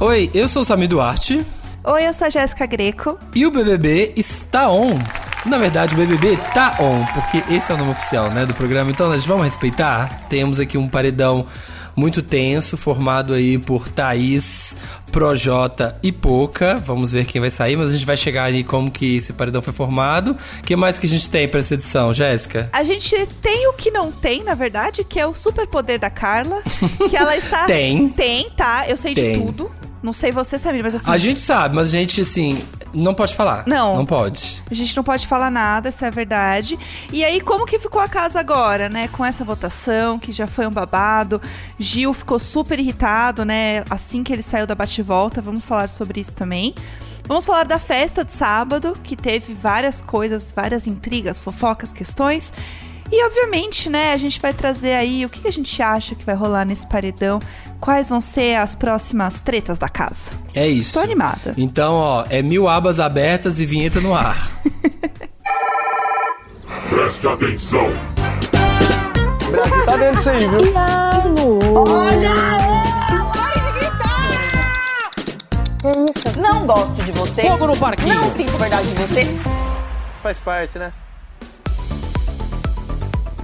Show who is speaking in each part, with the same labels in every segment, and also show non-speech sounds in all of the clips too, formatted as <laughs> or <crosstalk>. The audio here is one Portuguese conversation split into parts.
Speaker 1: Oi, eu sou o Samir Duarte.
Speaker 2: Oi, eu sou a Jéssica Greco.
Speaker 1: E o BBB está on. Na verdade, o BBB tá on, porque esse é o nome oficial, né, do programa. Então, nós vamos respeitar. Temos aqui um paredão muito tenso, formado aí por Thaís, Projota e Poca. Vamos ver quem vai sair, mas a gente vai chegar ali como que esse paredão foi formado. O que mais que a gente tem pra essa edição, Jéssica?
Speaker 2: A gente tem o que não tem, na verdade, que é o superpoder da Carla.
Speaker 1: <laughs>
Speaker 2: que ela está.
Speaker 1: Tem.
Speaker 2: Tem, tá? Eu sei
Speaker 1: Tem.
Speaker 2: de tudo. Não sei você, Samir, mas assim.
Speaker 1: A gente sabe, mas a gente, assim, não pode falar.
Speaker 2: Não.
Speaker 1: Não pode.
Speaker 2: A gente não pode falar nada, essa é a verdade. E aí, como que ficou a casa agora, né? Com essa votação, que já foi um babado. Gil ficou super irritado, né? Assim que ele saiu da bate-volta, vamos falar sobre isso também. Vamos falar da festa de sábado, que teve várias coisas, várias intrigas, fofocas, questões. E, obviamente, né, a gente vai trazer aí o que que a gente acha que vai rolar nesse paredão, quais vão ser as próximas tretas da casa.
Speaker 1: É isso.
Speaker 2: Tô animada.
Speaker 1: Então, ó, é mil abas abertas e vinheta no ar.
Speaker 3: Preste atenção.
Speaker 4: Brasil tá dentro disso aí, viu?
Speaker 5: Não gosto de você.
Speaker 4: Fogo no parquinho.
Speaker 5: Não sinto verdade de você.
Speaker 4: Faz parte, né?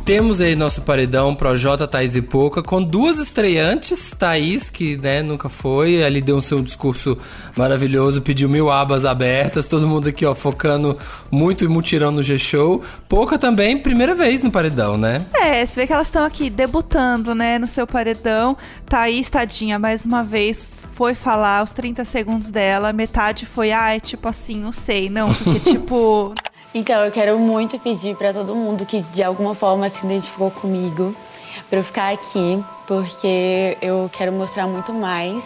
Speaker 1: Temos aí nosso paredão Projota, Thaís e Pouca, com duas estreantes. Thaís, que né, nunca foi, ali deu um seu discurso maravilhoso, pediu mil abas abertas, todo mundo aqui, ó, focando muito e mutirando no G-Show. Pouca também, primeira vez no paredão, né?
Speaker 2: É, você vê que elas estão aqui debutando, né, no seu paredão. Thaís, tadinha, mais uma vez foi falar os 30 segundos dela, metade foi, ai, tipo assim, não sei, não, porque
Speaker 1: <laughs>
Speaker 2: tipo.
Speaker 6: Então, eu quero muito pedir pra todo mundo que de alguma forma se identificou comigo pra eu ficar aqui, porque eu quero mostrar muito mais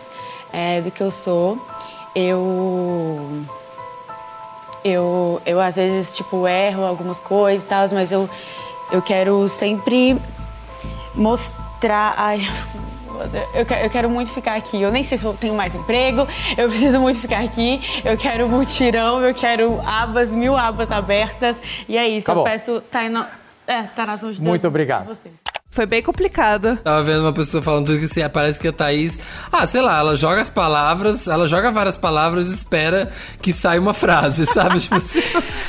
Speaker 6: eh, do que eu sou. Eu eu, eu às vezes, tipo, erro algumas coisas e tal, mas eu, eu quero sempre mostrar. Ai, meu Deus, eu, que- eu quero muito ficar aqui. Eu nem sei se eu tenho mais emprego, eu preciso muito ficar aqui. Eu quero um mutirão, eu quero abas, mil abas abertas. E é isso,
Speaker 4: Acabou.
Speaker 6: eu peço. Tá, em no- é, tá nas mãos de Deus,
Speaker 4: Muito obrigado.
Speaker 6: de vocês.
Speaker 2: Foi bem complicado.
Speaker 1: Tava vendo uma pessoa falando tudo que assim, ah, parece que a Thaís. Ah, sei lá, ela joga as palavras, ela joga várias palavras e espera que saia uma frase, sabe? <laughs> tipo assim.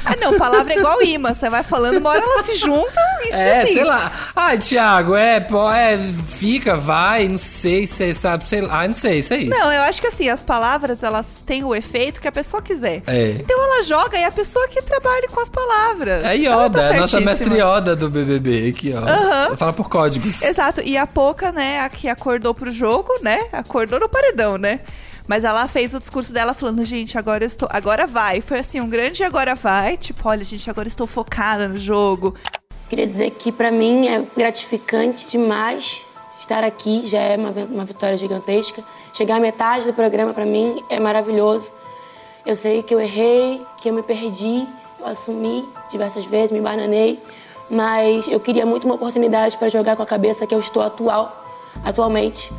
Speaker 2: Ah, não, palavra é igual imã, você vai falando, uma hora elas se juntam e
Speaker 1: É,
Speaker 2: assim.
Speaker 1: sei lá. Ai, Thiago, é, pô, é, fica, vai, não sei, sei, sabe, sei lá. Ai, não sei, isso aí.
Speaker 2: Não, eu acho que assim, as palavras, elas têm o efeito que a pessoa quiser.
Speaker 1: É.
Speaker 2: Então ela joga e a pessoa que trabalhe com as palavras.
Speaker 1: É
Speaker 2: Ela
Speaker 1: Yoda,
Speaker 2: tá
Speaker 1: é a nossa
Speaker 2: certíssima.
Speaker 1: mestre Yoda do BBB aqui, ó.
Speaker 2: Aham.
Speaker 1: Fala por códigos.
Speaker 2: Exato, e a Poca, né, a que acordou pro jogo, né? Acordou no paredão, né? Mas ela fez o discurso dela falando, gente, agora eu estou. Agora vai. Foi assim, um grande agora vai. Tipo, olha, gente, agora eu estou focada no jogo.
Speaker 7: Queria dizer que pra mim é gratificante demais estar aqui, já é uma, vi- uma vitória gigantesca. Chegar à metade do programa pra mim é maravilhoso. Eu sei que eu errei, que eu me perdi, eu assumi diversas vezes, me bananei, mas eu queria muito uma oportunidade para jogar com a cabeça que eu estou atual, atualmente.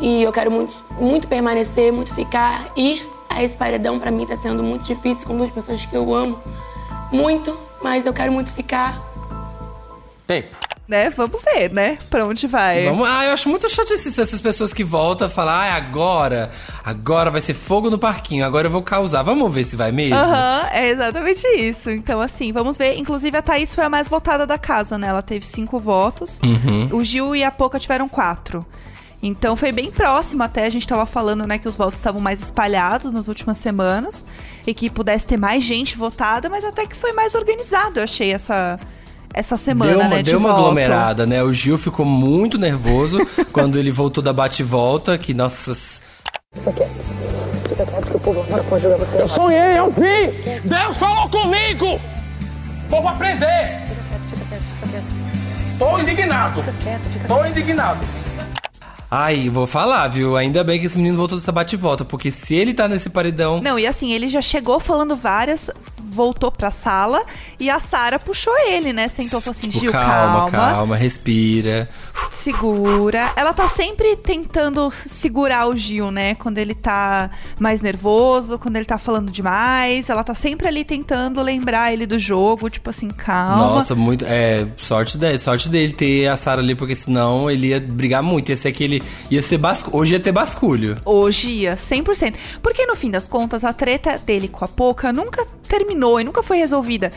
Speaker 7: E eu quero muito, muito permanecer, muito ficar, ir a esse paredão pra mim tá sendo muito difícil com duas pessoas que eu amo muito, mas eu quero muito ficar
Speaker 4: Tempo.
Speaker 2: Né? Vamos ver, né? Pra onde vai.
Speaker 1: Vamos, ah, eu acho muito chato esses- essas pessoas que voltam a falar, ah, agora, agora vai ser fogo no parquinho, agora eu vou causar. Vamos ver se vai mesmo?
Speaker 2: Aham, é exatamente isso. Então, assim, vamos ver. Inclusive, a Thaís foi a mais votada da casa, né? Ela teve cinco votos.
Speaker 1: Uhum.
Speaker 2: O Gil e a Poca tiveram quatro. Então, foi bem próximo até. A gente tava falando, né, que os votos estavam mais espalhados nas últimas semanas. E que pudesse ter mais gente votada, mas até que foi mais organizado, eu achei, essa, essa semana,
Speaker 1: Deu uma,
Speaker 2: né?
Speaker 1: deu
Speaker 2: de
Speaker 1: uma
Speaker 2: voto.
Speaker 1: aglomerada, né? O Gil ficou muito
Speaker 2: <laughs>
Speaker 1: nervoso quando ele voltou da bate-volta, que, nossa...
Speaker 4: Eu sonhei, eu vi! Deus falou comigo! Vou aprender! Tô indignado! Tô indignado!
Speaker 1: Ai, vou falar, viu? Ainda bem que esse menino voltou dessa bate-volta, porque se ele tá nesse paredão...
Speaker 2: Não, e assim, ele já chegou falando várias, voltou pra sala e a Sara puxou ele, né? Sentou e falou assim:
Speaker 1: Tipo,
Speaker 2: Gil,
Speaker 1: calma, calma, respira.
Speaker 2: Segura. Ela tá sempre tentando segurar o Gil, né? Quando ele tá mais nervoso, quando ele tá falando demais. Ela tá sempre ali tentando lembrar ele do jogo, tipo assim, calma.
Speaker 1: Nossa, muito. É, sorte dele, sorte dele ter a Sarah ali, porque senão ele ia brigar muito. Ia ser aquele. Ia ser basculho. Hoje ia ter basculho.
Speaker 2: Hoje ia, 100%. Porque no fim das contas, a treta dele com a Poca nunca terminou e nunca foi resolvida.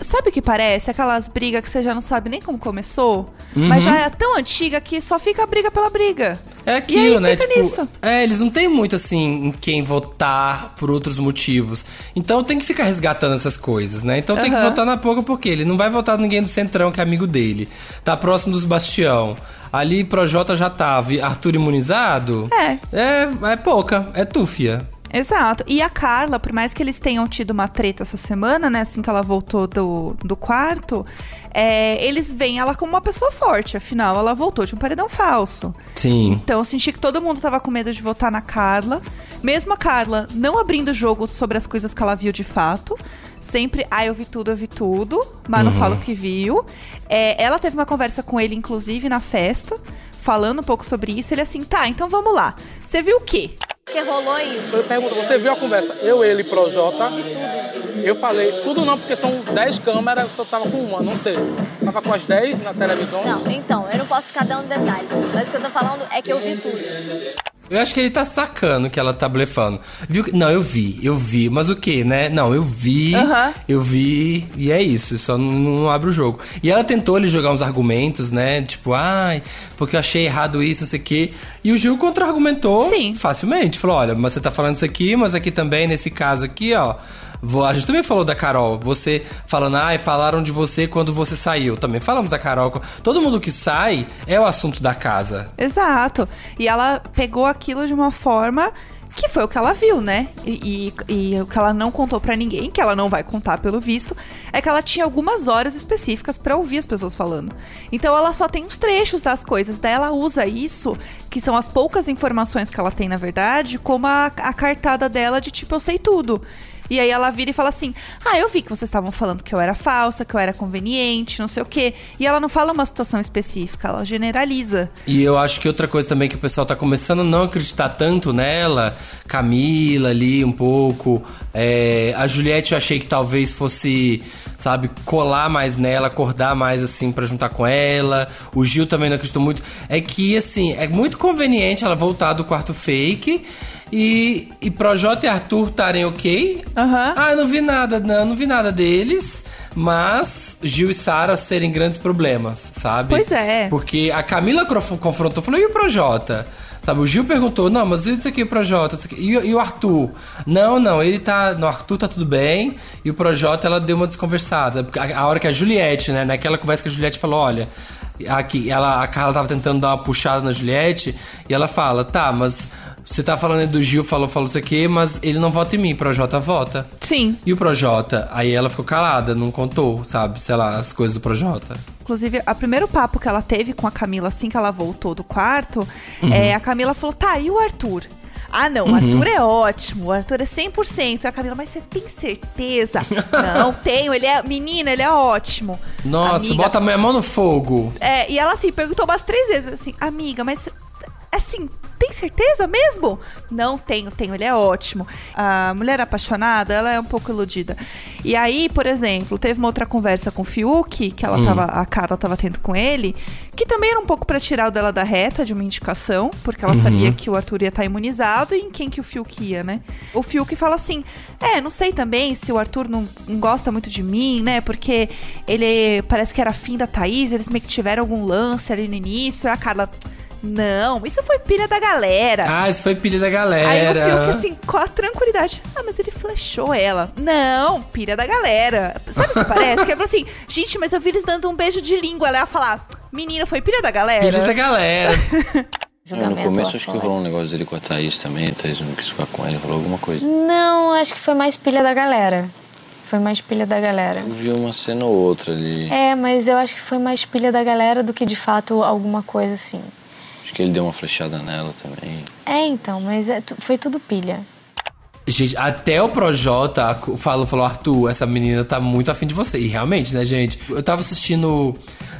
Speaker 2: Sabe o que parece? Aquelas brigas que você já não sabe nem como começou, mas já é tão antiga que só fica a briga pela briga.
Speaker 1: Uhum. É
Speaker 2: e
Speaker 1: aquilo,
Speaker 2: aí
Speaker 1: né?
Speaker 2: Fica
Speaker 1: tipo,
Speaker 2: nisso.
Speaker 1: É, eles não têm muito assim em quem votar por outros motivos. Então tem que ficar resgatando essas coisas, né? Então tem que
Speaker 2: Aham.
Speaker 1: votar na pouca porque ele não vai votar ninguém do Centrão, que é amigo dele. Tá próximo dos Bastião. Ali Projota já tava. E Arthur imunizado?
Speaker 2: É.
Speaker 1: É, é pouca. É tufia.
Speaker 2: Exato. E a Carla, por mais que eles tenham tido uma treta essa semana, né? Assim que ela voltou do, do quarto, é, eles veem ela como uma pessoa forte. Afinal, ela voltou de um paredão falso.
Speaker 1: Sim.
Speaker 2: Então eu senti que todo mundo tava com medo de votar na Carla. Mesmo a Carla não abrindo o jogo sobre as coisas que ela viu de fato. Sempre, ah, eu vi tudo, eu vi tudo, mas não falo o que viu. É, ela teve uma conversa com ele, inclusive, na festa, falando um pouco sobre isso. Ele assim, tá, então vamos lá. Você viu o quê?
Speaker 3: Porque rolou isso.
Speaker 8: Eu pergunto, você viu a conversa? Eu, ele, Projota. Eu falei, tudo não, porque são 10 câmeras, eu só tava com uma, não sei. Tava com as 10 na televisão.
Speaker 3: Não, então, eu não posso ficar dando detalhe. Mas o que eu tô falando é que eu vi tudo.
Speaker 1: Eu acho que ele tá sacando que ela tá blefando. Viu? que- Não, eu vi, eu vi. Mas o quê, né? Não, eu vi,
Speaker 2: Aham.
Speaker 1: eu vi, e é isso. Só não, não abre o jogo. E ela tentou lhe jogar uns argumentos, né? Tipo, ai, porque eu achei errado isso, isso aqui. E o Gil contra-argumentou
Speaker 2: Sim.
Speaker 1: facilmente. Falou, olha, mas você tá falando isso aqui, mas aqui também, nesse caso aqui, ó... vo- A gente também falou da Carol, você falando, ai, falaram de você quando você saiu. Também falamos da Carol. Todo mundo que sai é o assunto da casa.
Speaker 2: Exato. E ela pegou aquilo de uma forma que foi o que ela viu, né? E, e- e o que ela não contou pra ninguém, que ela não vai contar pelo visto, é que ela tinha algumas horas específicas pra ouvir as pessoas falando. Então ela só tem uns trechos das coisas. Daí ela usa isso, que são as poucas informações que ela tem, na verdade, como a, a cartada dela de tipo, eu sei tudo. E aí ela vira e fala assim: Ah, eu vi que vocês estavam falando que eu era falsa, que eu era conveniente, não sei o quê. E ela não fala uma situação específica, ela generaliza.
Speaker 1: E eu acho que outra coisa também que o pessoal tá começando a não acreditar tanto nela, Camila ali um pouco, é, a Juliette eu achei que talvez fosse, sabe, colar mais nela, acordar mais assim pra juntar com ela. O Gil também não acreditou muito. É que assim, é muito conveniente ela voltar do quarto fake. E, e Projota e Arthur estarem ok.
Speaker 2: Aham.
Speaker 1: Ah, eu não vi nada, não, não vi nada deles. Mas Gil e Sara serem grandes problemas, sabe?
Speaker 2: Pois é.
Speaker 1: Porque a Camila crof- confrontou, falou, e o Projota? Sabe, o Gil perguntou, não, mas isso aqui, o Projota, isso aqui. E, o- e o Arthur? Não, não, ele tá. No Arthur tá tudo bem. E o Projota, ela deu uma desconversada. Porque A, a hora que a Juliette, né? Naquela conversa que a Juliette falou, olha. Aqui, ela, a Carla tava tentando dar uma puxada na Juliette. E ela fala, tá, mas você tá falando aí do Gil, falou, falou isso aqui, mas ele não vota em mim, Projota vota.
Speaker 2: Sim.
Speaker 1: E o Projota? Aí ela ficou calada, não contou, sabe? Sei lá, as coisas do Projota.
Speaker 2: Inclusive, o primeiro papo que ela teve com a Camila assim que ela voltou do quarto,
Speaker 1: Uhum.
Speaker 2: é, a Camila falou: tá, e o Arthur? Ah, não, o Arthur é ótimo, o Arthur é 100%. E a Camila, mas você tem certeza?
Speaker 1: <laughs>
Speaker 2: não, tenho, ele é. Menina, ele é ótimo.
Speaker 1: Nossa,
Speaker 2: Amiga,
Speaker 1: bota a minha mão no fogo.
Speaker 2: É, e ela assim, perguntou umas três vezes, assim, amiga, mas assim, tem certeza mesmo? Não tenho, tenho, ele é ótimo. A mulher apaixonada, ela é um pouco iludida. E aí, por exemplo, teve uma outra conversa com o Fiuk, que ela tava, a Carla tava tendo com ele, que também era um pouco pra tirar o dela da reta de uma indicação, porque ela
Speaker 1: Uhum.
Speaker 2: sabia que o Arthur ia estar imunizado e em quem que o Fiuk ia, né? O Fiuk fala assim: é, não sei também se o Arthur não, não gosta muito de mim, né? Porque ele parece que era afim da Thaís, eles meio que tiveram algum lance ali no início. Aí a Carla, não, isso foi pilha da galera.
Speaker 1: Ah, isso foi pilha da
Speaker 2: Aí o
Speaker 1: galera.
Speaker 2: Fiuk, assim, com a tranquilidade. Ah, mas ele flechou ela. Não, pilha da galera. Sabe o que parece? que ela falou assim, gente, mas eu vi eles dando um beijo de língua. Ela ia falar, menina, foi pilha da galera.
Speaker 1: Pilha da galera.
Speaker 9: É, no
Speaker 5: Julgamento lá
Speaker 9: começo acho que
Speaker 5: fora.
Speaker 9: rolou um negócio dele com a Thaís também, a Thaís não quis ficar com ele, falou alguma coisa.
Speaker 3: Não, acho que foi mais pilha da galera. Foi mais pilha da galera.
Speaker 9: Eu vi uma cena ou outra ali.
Speaker 3: É, mas eu acho que foi mais pilha da galera do que de fato alguma coisa assim.
Speaker 9: Acho que ele deu uma flechada nela também.
Speaker 3: É, então, mas é tu- foi tudo pilha.
Speaker 1: Gente, até o Projota falou, falou, Arthur, essa menina tá muito afim de você. E realmente, né, gente? Eu tava assistindo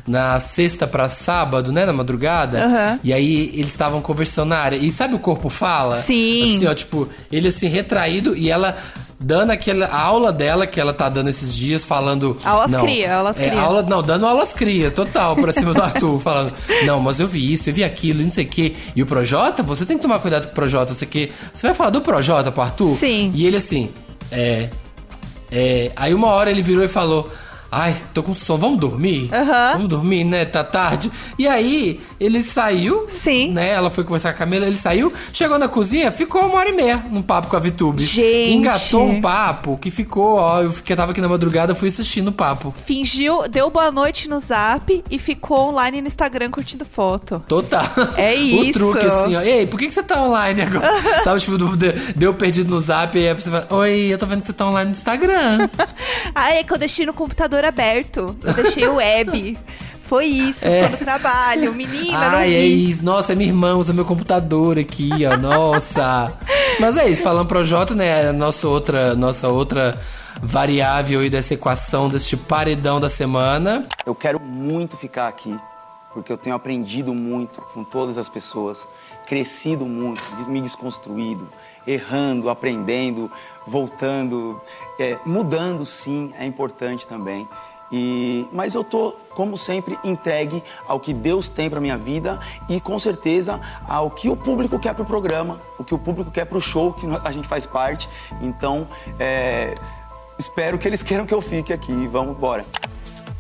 Speaker 1: na sexta pra sábado, né? Na madrugada.
Speaker 2: Aham.
Speaker 1: E aí eles estavam conversando na área. E sabe o corpo fala?
Speaker 2: Sim.
Speaker 1: Assim, ó, tipo, ele assim, retraído e ela. Dando aquela a aula dela que ela tá dando esses dias, falando.
Speaker 2: Aulas
Speaker 1: não,
Speaker 2: cria, aulas
Speaker 1: é,
Speaker 2: cria.
Speaker 1: aula- não, dando aulas cria, total, pra cima do
Speaker 2: <laughs>
Speaker 1: Arthur, falando. Não, mas eu vi isso, eu vi aquilo, e não sei o quê. E o Projota, você tem que tomar cuidado com o Projota, não sei o quê. Você vai falar do Projota pro Arthur?
Speaker 2: Sim.
Speaker 1: E ele assim, é. É, aí uma hora ele virou e falou: Ai, tô com sono, vamos dormir?
Speaker 2: Aham.
Speaker 1: Vamos dormir, né? Tá tarde. E aí ele saiu.
Speaker 2: Sim.
Speaker 1: Né? Ela foi conversar com a Camila, ele saiu, chegou na cozinha, ficou uma hora e meia num papo com a Vitube.
Speaker 2: Gente.
Speaker 1: Engatou um papo que ficou, ó. Eu fiquei, tava aqui na madrugada, fui assistindo o papo.
Speaker 2: Fingiu, deu boa noite no zap e ficou online no Instagram curtindo foto.
Speaker 1: Total. <laughs>
Speaker 2: É
Speaker 1: O
Speaker 2: isso.
Speaker 1: truque, assim, ó. Ei, por que, que você tá online
Speaker 2: <laughs>
Speaker 1: agora? Sabe, tipo, do- de- deu perdido no zap e aí você fala, oi, eu tô vendo que você tá online no
Speaker 2: <laughs>
Speaker 1: Instagram.
Speaker 2: Ah, é que eu deixei no computador aberto. Eu deixei o web. Foi isso, ficou no trabalho. Menina, não
Speaker 1: É. Ai, é
Speaker 2: vi.
Speaker 1: isso. Nossa, minha irmã usa meu computador aqui,
Speaker 2: <laughs>
Speaker 1: ó. Nossa. Mas é isso, falando pro Jota, né? a Nossa outra, nossa outra variável aí dessa equação, deste paredão da semana.
Speaker 10: Eu quero muito ficar aqui, porque eu tenho aprendido muito com todas as pessoas, crescido muito, me desconstruído, errando, aprendendo, voltando, é, mudando sim, é importante também. E, mas eu tô, como sempre, entregue ao que Deus tem para minha vida e com certeza ao que o público quer pro programa, o que o público quer pro show que a gente faz parte. Então, é, espero que eles <laughs> queiram que eu fique aqui. Vamos embora.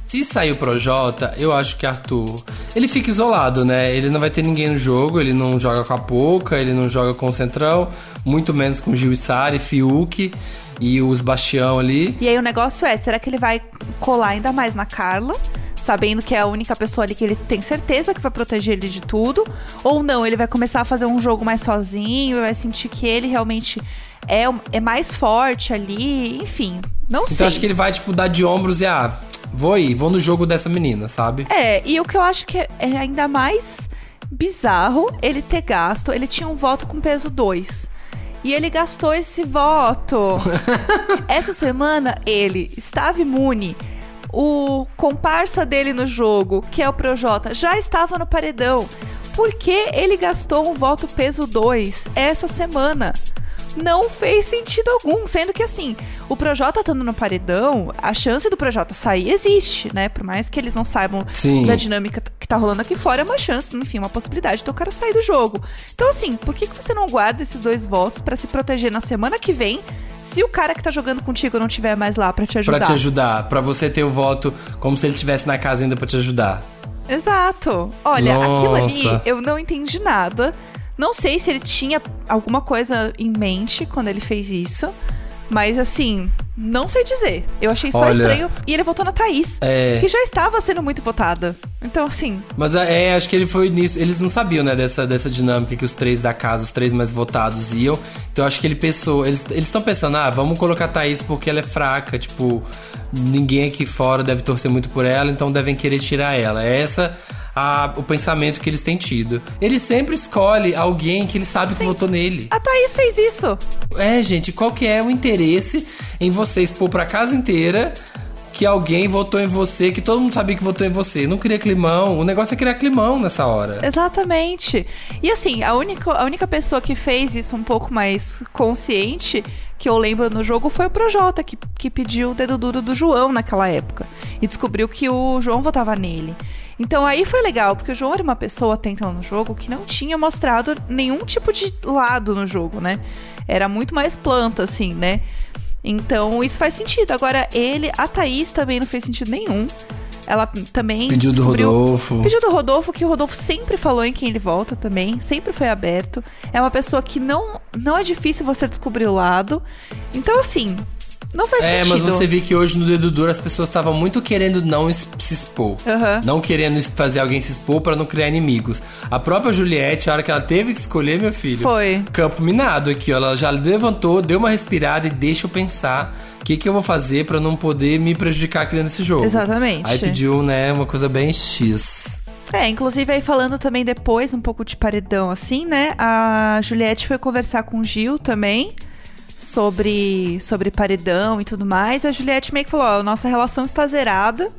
Speaker 1: Se sair o Projota, eu acho que Arthur. Ele fica isolado, né? Ele não vai ter ninguém no jogo, ele não joga com a Pouca, ele não joga com o Centrão, muito menos com Gil e Sari, Fiuk e os Bastião ali. Então,
Speaker 2: E aí o negócio é, será que ele vai colar ainda mais na Carla? Sabendo que é a única pessoa ali que ele tem certeza que vai proteger ele de tudo. Ou não, ele vai começar a fazer um jogo mais sozinho, vai sentir que ele realmente é, o- é mais forte ali, enfim. Não
Speaker 1: Então
Speaker 2: sei.
Speaker 1: eu acho que ele vai, tipo, dar de ombros e ah, vou ir, vou no jogo dessa menina, sabe?
Speaker 2: É, e o que eu acho que é ainda mais bizarro ele ter gasto, ele tinha um voto com peso 2. E ele gastou esse voto. Essa semana ele estava imune. O comparsa dele no jogo, que é o Projota, já estava no paredão. Por que ele gastou um voto peso 2 essa semana? Não fez sentido algum, sendo que assim, o Projota estando no paredão, a chance do Projota sair existe, né? Por mais que eles não saibam
Speaker 1: Sim.
Speaker 2: da dinâmica t- que tá rolando aqui fora, é uma chance, enfim, uma possibilidade do cara sair do jogo. Então, assim, por que, que você não guarda esses dois votos pra se proteger na semana que vem, se o cara que tá jogando contigo não tiver mais lá pra te ajudar?
Speaker 1: Pra te ajudar, pra você ter o voto como se ele estivesse na casa ainda pra te ajudar.
Speaker 2: Exato. Olha, aquilo ali
Speaker 1: Nossa.
Speaker 2: eu não entendi nada. Não sei se ele tinha alguma coisa em mente quando ele fez isso. Mas assim, não sei dizer. Eu achei só
Speaker 1: Olha.
Speaker 2: estranho. E ele votou na Thaís,
Speaker 1: É.
Speaker 2: que já estava sendo muito votada. Então, assim,
Speaker 1: Mas é, acho que ele foi nisso. Eles não sabiam, né, dessa, dessa dinâmica que os três da casa, os três mais votados iam. Então acho que ele pensou. Eles estão pensando, ah, vamos colocar a Thaís porque ela é fraca. Tipo, ninguém aqui fora deve torcer muito por ela, então devem querer tirar ela. É essa. a- o pensamento que eles têm tido. Ele sempre escolhe alguém que ele sabe que votou nele.
Speaker 2: a Thaís fez isso.
Speaker 1: É, gente, qual que é o interesse em você expor pra casa inteira que alguém votou em você, que todo mundo sabia que votou em você? Não cria climão. O negócio é criar climão nessa hora.
Speaker 2: Exatamente. E assim, a única, a única pessoa que fez isso um pouco mais consciente, que eu lembro no jogo, foi o Projota, que, que pediu o dedo duro do João naquela época. E descobriu que o João votava nele. Então aí foi legal, porque o João era uma pessoa até então no jogo que não tinha mostrado nenhum tipo de lado no jogo, né? Era muito mais planta, assim, né? Então isso faz sentido. Agora, ele, a Thaís também não fez sentido nenhum. Ela também.
Speaker 1: Pediu do
Speaker 2: descobriu-
Speaker 1: Rodolfo.
Speaker 2: Pediu do Rodolfo, que o Rodolfo sempre falou em quem ele volta também, sempre foi aberto. É uma pessoa que não, não é difícil você descobrir o lado. Então, assim, não faz
Speaker 1: É, mas
Speaker 2: sentido.
Speaker 1: você vê que hoje no Dedo Duro as pessoas estavam muito querendo não es- se expor.
Speaker 2: Aham.
Speaker 1: Não é querendo es- fazer alguém se expor pra não criar inimigos. A própria Juliette, a hora que ela teve que escolher, meu filho.
Speaker 2: Foi.
Speaker 1: Campo minado aqui, ó. Ela já levantou, deu uma respirada e deixa eu pensar o que, que eu vou fazer pra não poder me prejudicar aqui dentro desse jogo.
Speaker 2: Exatamente.
Speaker 1: Aí pediu, né, uma coisa bem X.
Speaker 2: É, inclusive aí falando também depois, um pouco de paredão assim, né? A Juliette foi conversar com o Gil também sobre, sobre paredão e tudo mais. A Juliette meio que falou: ó, nossa relação está zerada.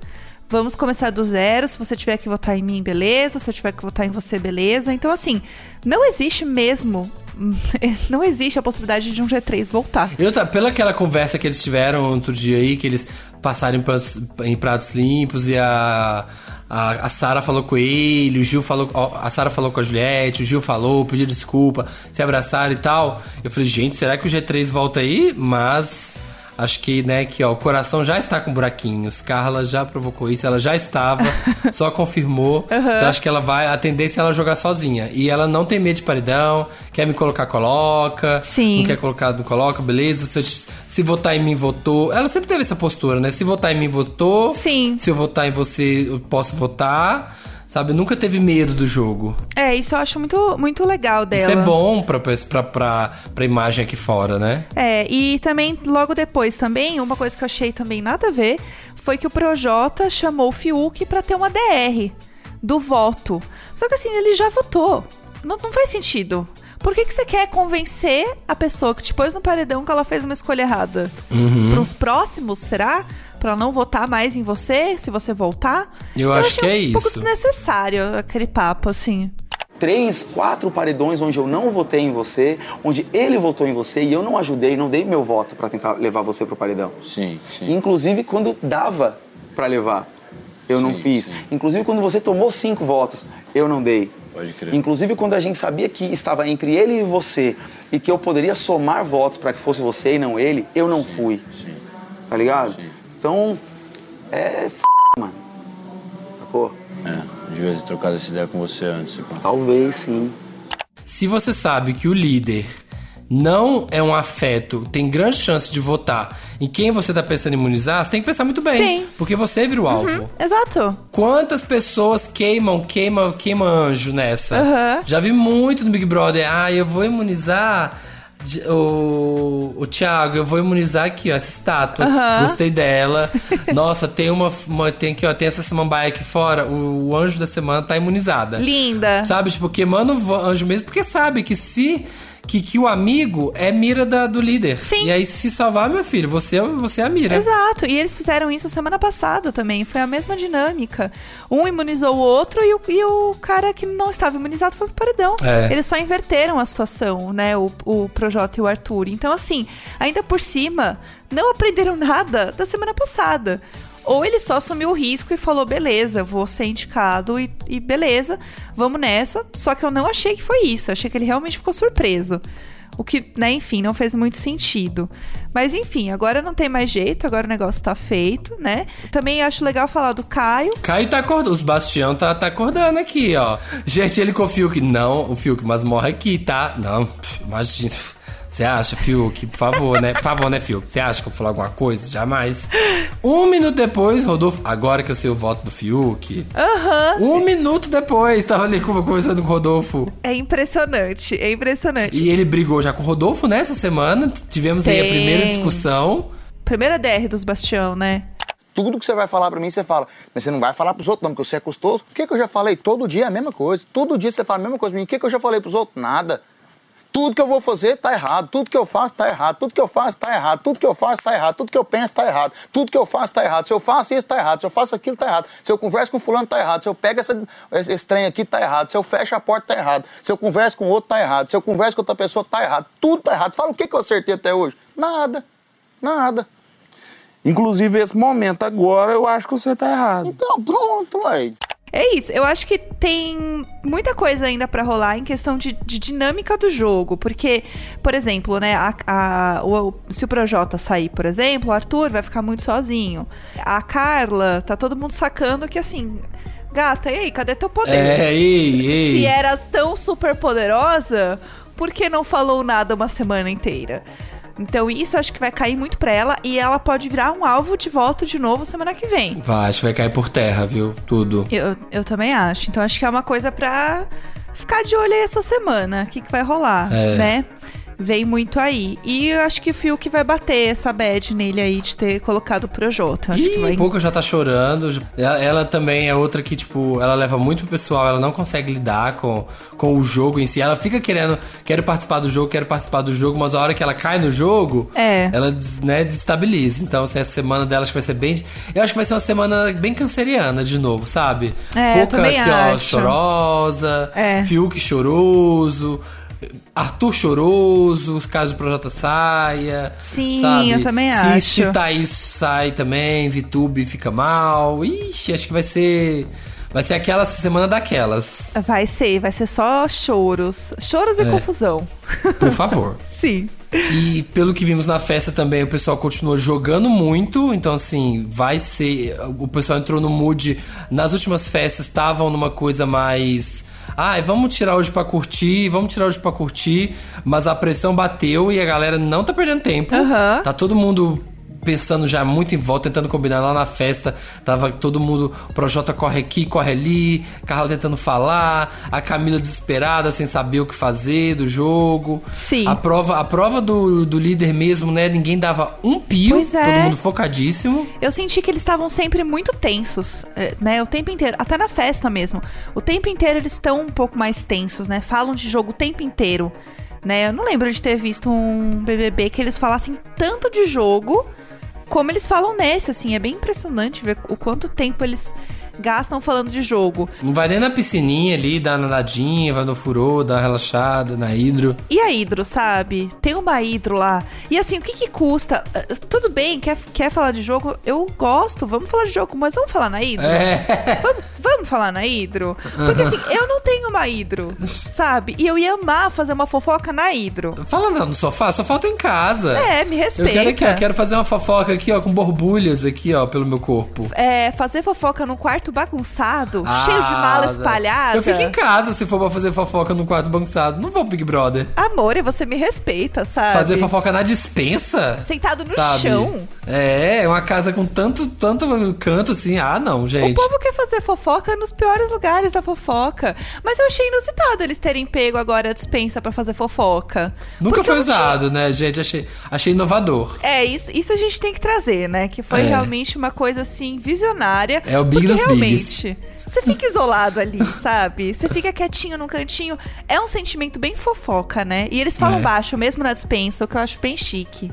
Speaker 2: Vamos começar do zero. Se você tiver que votar em mim, beleza. Se eu tiver que votar em você, beleza. Então, assim, não existe mesmo. <laughs> Não existe a possibilidade de um G3 voltar.
Speaker 1: Eu tá, pela aquela conversa que eles tiveram outro dia aí, que eles passaram em pratos, em pratos limpos e a. A, a Sara falou com ele, o Gil falou. A Sara falou com a Juliette, o Gil falou, pediu desculpa, se abraçaram e tal. Eu falei, gente, será que o G3 volta aí? Mas. Acho que, né, que ó, o coração já está com buraquinhos. Carla já provocou isso, ela já estava, só confirmou. Então acho que ela vai, a tendência é ela jogar sozinha. E ela não tem medo de paredão, quer me colocar, coloca.
Speaker 2: Sim.
Speaker 1: Não quer colocar, não coloca, beleza. Se, eu te- se votar em mim, votou. Ela sempre teve essa postura, né? Se votar em mim, votou.
Speaker 2: Sim.
Speaker 1: Se eu votar em você, eu posso votar. Sabe, nunca teve medo do jogo.
Speaker 2: É, isso eu acho muito, muito legal dela.
Speaker 1: Isso é bom pra, pra, pra, pra imagem aqui fora, né?
Speaker 2: É, e também, logo depois também, uma coisa que eu achei também nada a ver, foi que o Projota chamou o Fiuk pra ter uma DR do voto. Só que assim, ele já votou. Não, não faz sentido. Por que, que você quer convencer a pessoa que te pôs no paredão que ela fez uma escolha errada?
Speaker 1: Uhum.
Speaker 2: Para os próximos, será? Pra não votar mais em você, se você voltar?
Speaker 1: Eu acho que
Speaker 2: achei
Speaker 1: é
Speaker 2: um pouco
Speaker 1: isso.
Speaker 2: desnecessário aquele papo, assim.
Speaker 10: Três, quatro paredões onde eu não votei em você, onde ele votou em você e eu não ajudei, não dei meu voto pra tentar levar você pro paredão.
Speaker 9: Sim, sim.
Speaker 10: Inclusive quando dava pra levar, eu não
Speaker 9: Sim,
Speaker 10: fiz. Inclusive quando você tomou cinco votos, eu não dei.
Speaker 9: Pode crer.
Speaker 10: Inclusive quando a gente sabia que estava entre ele e você e que eu poderia somar votos pra que fosse você e não ele, eu não fui. Tá ligado? Então é f... mano. Sacou?
Speaker 9: É, devia ter trocado essa ideia com você antes. se pá.
Speaker 10: Talvez sim.
Speaker 1: Se você sabe que o líder não é um afeto, tem grande chance de votar em quem você tá pensando em imunizar, você tem que pensar muito bem.
Speaker 2: Sim. Uhum.
Speaker 1: Porque você vira o alvo.
Speaker 2: Exato.
Speaker 1: Quantas pessoas queimam, queimam, queimam anjo nessa?
Speaker 2: Aham.
Speaker 1: Já vi muito no Big Brother. Ah, eu vou imunizar de- o, o Thiago, eu vou imunizar aqui, ó, essa estátua.
Speaker 2: Aham.
Speaker 1: Gostei
Speaker 2: <laughs>
Speaker 1: dela. Nossa, tem uma, uma- tem aqui, ó, tem essa samambaia aqui fora. O, o anjo da semana tá imunizada.
Speaker 2: Linda.
Speaker 1: Sabe, tipo, queimando o anjo mesmo, porque sabe que se. Que, que o amigo é mira da- do líder.
Speaker 2: Sim.
Speaker 1: E aí, se salvar, meu filho, você, você é a mira.
Speaker 2: Exato, e eles fizeram isso semana passada também, foi a mesma dinâmica. Um imunizou o outro e o, e o cara que não estava imunizado foi pro paredão.
Speaker 1: É.
Speaker 2: Eles só inverteram a situação, né, o, o Projota e o Arthur. Então, assim, ainda por cima, não aprenderam nada da semana passada. Ou ele só assumiu o risco e falou, beleza, vou ser indicado e, e beleza, vamos nessa. Só que eu não achei que foi isso, achei que ele realmente ficou surpreso. O que, né, enfim, não fez muito sentido. Mas enfim, agora não tem mais jeito, agora o negócio tá feito, né? Também acho legal falar do Caio.
Speaker 1: Caio tá acordando, os Bastião tá, tá acordando aqui, ó. Gente, ele com o Fiuk. Não, o Fiuk, mas morre aqui, tá? Não, pff, imagina. Você acha, Fiuk? Por favor, né? Por favor, né, Fiuk? Você acha que eu vou falar alguma coisa? Jamais. Um minuto depois, Rodolfo. Agora que eu sei o voto do Fiuk.
Speaker 2: Aham.
Speaker 1: Um minuto depois, tava ali conversando com o Rodolfo.
Speaker 2: É impressionante, é impressionante.
Speaker 1: E ele brigou já com o Rodolfo nessa semana. Tivemos aí a
Speaker 2: Tem.
Speaker 1: primeira discussão.
Speaker 2: Primeira DR dos Bastião, né?
Speaker 11: Tudo que você vai falar pra mim, você fala. Mas você não vai falar pros outros, não, porque você é custoso. O que, que eu já falei? Todo dia é a mesma coisa. Todo dia você fala a mesma coisa pra mim. O que, que eu já falei pros outros? Nada. Tudo que eu vou fazer tá errado. Tudo que eu faço tá errado. Tudo que eu faço tá errado. Tudo que eu faço tá errado. Tudo que eu penso tá errado. Tudo que eu faço tá errado. Se eu faço isso tá errado. Se eu faço aquilo tá errado. Se eu converso com fulano tá errado. Se eu pego essa, esse esse trem aqui tá errado. Se eu fecho a porta tá errado. Se eu converso com outro tá errado. Se eu converso com outra pessoa tá errado. Tudo tá errado. Fala o que, que eu acertei até hoje? Nada. Nada.
Speaker 12: Inclusive, esse momento agora, eu acho que você tá errado.
Speaker 11: Então, pronto, ué.
Speaker 2: É isso, eu acho que tem muita coisa ainda pra rolar em questão de, de dinâmica do jogo, porque, por exemplo, né, a- a- o- o- se o Projota sair, por exemplo, o Arthur vai ficar muito sozinho. A Carla, tá todo mundo sacando que assim, gata, ei, cadê teu poder?
Speaker 1: É, ei, ei.
Speaker 2: Se eras tão super poderosa, por que não falou nada uma semana inteira? Então isso acho que vai cair muito pra ela e ela pode virar um alvo de voto de novo semana que vem.
Speaker 1: Vai, acho que vai cair por terra, viu? Tudo.
Speaker 2: Eu, eu também acho. Então acho que é uma coisa pra ficar de olho aí essa semana. O que, que vai rolar,
Speaker 1: É.
Speaker 2: né? vem muito aí. E eu acho que o Fiuk vai bater essa bad nele aí de ter colocado o Projota. Eu Então, Acho que vai...
Speaker 1: Daqui a pouco já tá chorando. Ela, ela também é outra que, tipo, ela leva muito pro pessoal, ela não consegue lidar com, com o jogo em si. Ela fica querendo, quero participar do jogo, quero participar do jogo, mas a hora que ela cai no jogo,
Speaker 2: É.
Speaker 1: ela des- né, desestabiliza. Então, assim, essa semana dela acho que vai ser bem. Eu acho que vai ser uma semana bem canceriana de novo, sabe?
Speaker 2: É, eu também
Speaker 1: aqui, ó,
Speaker 2: acho.
Speaker 1: chorosa,
Speaker 2: É.
Speaker 1: Fiuk choroso. Arthur choroso, os casos do Projota Saia.
Speaker 2: Sim,
Speaker 1: sabe?
Speaker 2: eu também
Speaker 1: se,
Speaker 2: acho.
Speaker 1: Se Thaís sai também, Vitube fica mal. Ixi, acho que vai ser. Vai ser aquela semana daquelas.
Speaker 2: Vai ser, vai ser só choros. Choros e
Speaker 1: É.
Speaker 2: confusão.
Speaker 1: Por
Speaker 2: <laughs>
Speaker 1: favor.
Speaker 2: Sim.
Speaker 1: E pelo que vimos na festa também, o pessoal continuou jogando muito. Então, assim, vai ser. O pessoal entrou no mood. Nas últimas festas estavam numa coisa mais. Ai, vamos tirar hoje pra curtir, vamos tirar hoje pra curtir. Mas a pressão bateu e a galera não tá perdendo tempo. Tá todo mundo pensando já muito em volta, tentando combinar lá na festa. Tava todo mundo, o Projota corre aqui, corre ali, Carla tentando falar, a Camila desesperada, sem saber o que fazer do jogo.
Speaker 2: Sim.
Speaker 1: A prova, a prova do, do líder mesmo, né? Ninguém dava um pio,
Speaker 2: Pois é.
Speaker 1: todo mundo focadíssimo.
Speaker 2: Eu senti que eles estavam sempre muito tensos, eh, né? O tempo inteiro, até na festa mesmo. O tempo inteiro eles estão um pouco mais tensos, né? Falam de jogo o tempo inteiro, né? Eu não lembro de ter visto um BBB que eles falassem tanto de jogo como eles falam nesse, assim. É bem impressionante ver o quanto tempo eles gastam falando de jogo.
Speaker 1: Não vai nem na piscininha ali, dá uma nadadinha, vai no furô, dá uma relaxada, na hidro.
Speaker 2: E a Hidro, sabe? Tem uma Hidro lá. E assim, o que que custa? Eh, Tudo bem, quer, quer falar de jogo? Eu gosto, vamos falar de jogo, mas vamos falar na
Speaker 1: É.
Speaker 2: Hidro? Vamos, vamos falar na Hidro? Porque
Speaker 1: Aham.
Speaker 2: assim, eu não tenho uma Hidro, sabe? E eu ia amar fazer uma fofoca na Hidro.
Speaker 1: <laughs> Fala no sofá, só falta em casa.
Speaker 2: É, me respeita.
Speaker 1: Eu quero, aqui, ó, quero fazer uma fofoca aqui, ó, com borbulhas aqui, ó, pelo meu corpo.
Speaker 2: É, fazer fofoca num quarto bagunçado, <laughs> cheio de
Speaker 1: Ah,
Speaker 2: mala espalhada.
Speaker 1: Eu fico em casa se for pra fazer fofoca no quarto bagunçado. Não vou pro Big Brother.
Speaker 2: Amor, e você me respeita, sabe?
Speaker 1: Fazer fofoca na dispensa?
Speaker 2: Sentado no
Speaker 1: sabe?
Speaker 2: chão.
Speaker 1: É, é uma casa com tanto, tanto canto assim. Ah, não,
Speaker 2: O
Speaker 1: gente.
Speaker 2: povo quer fazer fofoca nos piores lugares da fofoca. Mas eu achei inusitado eles terem pego agora a dispensa pra fazer fofoca.
Speaker 1: Nunca
Speaker 2: Porque
Speaker 1: foi
Speaker 2: eu não tinha-
Speaker 1: usado, né, gente? Achei, achei inovador.
Speaker 2: É, isso, isso a gente tem que trazer, né? Que foi
Speaker 1: É.
Speaker 2: realmente uma coisa assim, visionária.
Speaker 1: É o Big
Speaker 2: porque
Speaker 1: dos Bigs.
Speaker 2: realmente. Você fica isolado
Speaker 1: <laughs>
Speaker 2: ali, sabe? Você fica quietinho num cantinho. É um sentimento bem fofoca, né? E eles falam
Speaker 1: É.
Speaker 2: baixo, mesmo na dispensa, o que eu acho bem chique.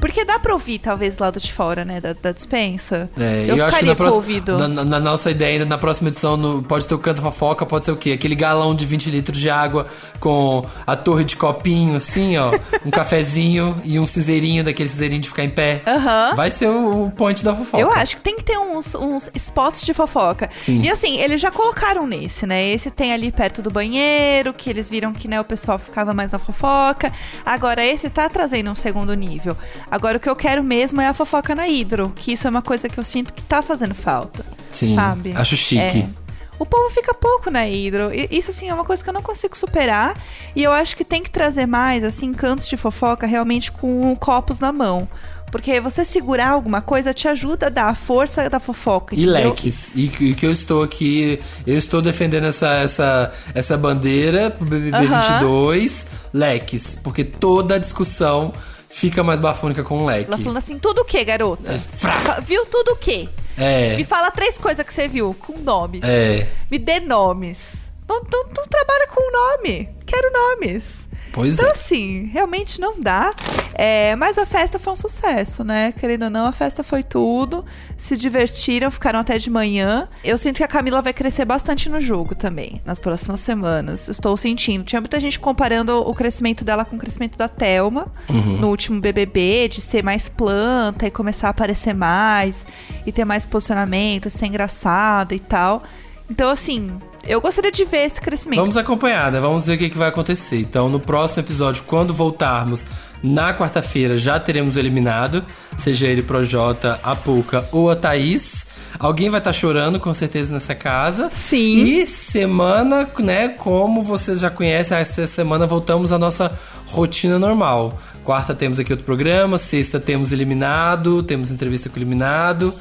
Speaker 2: Porque dá pra ouvir, talvez, do lado de fora, né? Da, da dispensa.
Speaker 1: É,
Speaker 2: eu,
Speaker 1: eu, acho que na,
Speaker 2: ficaria com o
Speaker 1: próxima-
Speaker 2: ouvido.
Speaker 1: na- na- na nossa ideia ainda, na próxima edição, no- pode ter o canto fofoca, pode ser o quê? Aquele galão de 20 litros de água com a torre de copinho, assim,
Speaker 2: <laughs>
Speaker 1: ó. um cafezinho e um cinzeirinho, daquele cinzeirinho de ficar em pé.
Speaker 2: Aham.
Speaker 1: Vai ser o, o point da fofoca.
Speaker 2: Eu acho que tem que ter uns, uns spots de fofoca.
Speaker 1: Sim.
Speaker 2: E assim, eles já colocaram nesse, né? Esse tem ali perto do banheiro, que eles viram que né, o pessoal ficava mais na fofoca. Agora, esse tá trazendo um segundo nível. Agora, o que eu quero mesmo é a fofoca na hidro, que isso é uma coisa que eu sinto que tá fazendo falta.
Speaker 1: Sim,
Speaker 2: sabe?
Speaker 1: acho chique.
Speaker 2: É. O povo fica pouco na Hidro. E Isso, assim, é uma coisa que eu não consigo superar. E eu acho que tem que trazer mais, assim, cantos de fofoca realmente com copos na mão. Porque você segurar alguma coisa te ajuda a dar a força da fofoca.
Speaker 1: E
Speaker 2: entendeu?
Speaker 1: leques. E, que- e que eu estou aqui, eu estou defendendo essa, essa, essa bandeira pro BBB
Speaker 2: Aham.
Speaker 1: 22, leques. Porque toda a discussão fica mais bafônica com um leque.
Speaker 2: Ela falando assim, tudo o quê, garota? Fa- Viu tudo o quê?
Speaker 1: É.
Speaker 2: Me fala três coisas que você viu, com nomes.
Speaker 1: É.
Speaker 2: Me dê nomes. Não, não, não trabalha com nome. Quero nomes.
Speaker 1: Pois
Speaker 2: então,
Speaker 1: é.
Speaker 2: assim, realmente não dá. É, mas a festa foi um sucesso, né? Querendo ou não, a festa foi tudo. Se divertiram, ficaram até de manhã. Eu sinto que a Camila vai crescer bastante no jogo também, nas próximas semanas. Estou sentindo. Tinha muita gente comparando o crescimento dela com o crescimento da Thelma
Speaker 13: Uhum.
Speaker 2: no último BBB, de ser mais planta e começar a aparecer mais, e ter mais posicionamento, ser engraçada e tal. Então, assim, eu gostaria de ver esse crescimento.
Speaker 1: Vamos acompanhar, né? Vamos ver o que, que vai acontecer. Então, no próximo episódio, quando voltarmos na quarta-feira, já teremos o eliminado. Seja ele Projota, a Puca ou a Thaís. Alguém vai estar chorando, com certeza, nessa casa.
Speaker 2: Sim.
Speaker 1: E semana, né? Como vocês já conhecem, essa semana voltamos à nossa rotina normal. Quarta temos aqui outro programa, sexta temos eliminado, temos entrevista com o eliminado.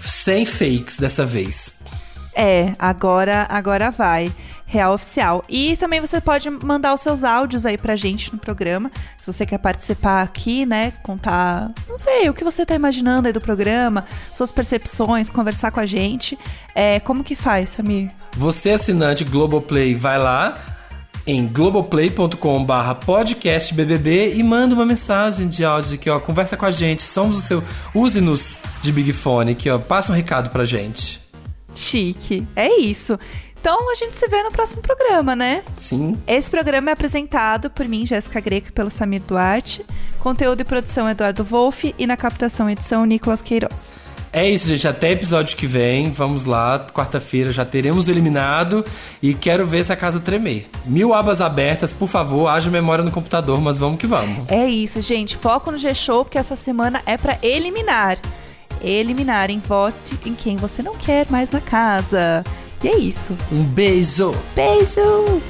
Speaker 1: Sem fakes dessa vez.
Speaker 2: É, agora, agora vai. Real Oficial. E também você pode mandar os seus áudios aí pra gente no programa. Se você quer participar aqui, né? Contar, não sei, o que você tá imaginando aí do programa, suas percepções, conversar com a gente. É, como que faz, Samir?
Speaker 1: Você assinante Globoplay, vai lá em globoplay.com/barra podcast BBB e manda uma mensagem de áudio aqui, ó, conversa com a gente, somos o seu, use-nos de Big Fone, que ó, passa um recado pra gente.
Speaker 2: Chique. É isso. Então a gente se vê no próximo programa, né?
Speaker 1: Sim.
Speaker 2: Esse programa é apresentado por mim, Jéssica Greco, e pelo Samir Duarte. Conteúdo e produção Eduardo Wolff e na captação e edição Nicolas Queiroz.
Speaker 1: É isso, gente. Até episódio que vem. Vamos lá. Quarta-feira já teremos o eliminado. E quero ver essa casa tremer. Mil abas abertas, por favor. Haja memória no computador, mas vamos que vamos.
Speaker 2: É isso, gente. Foco no G-Show, porque essa semana é pra eliminar. Eliminarem, vote em quem você não quer mais na casa. E é isso.
Speaker 1: Um beijo.
Speaker 2: Beijo!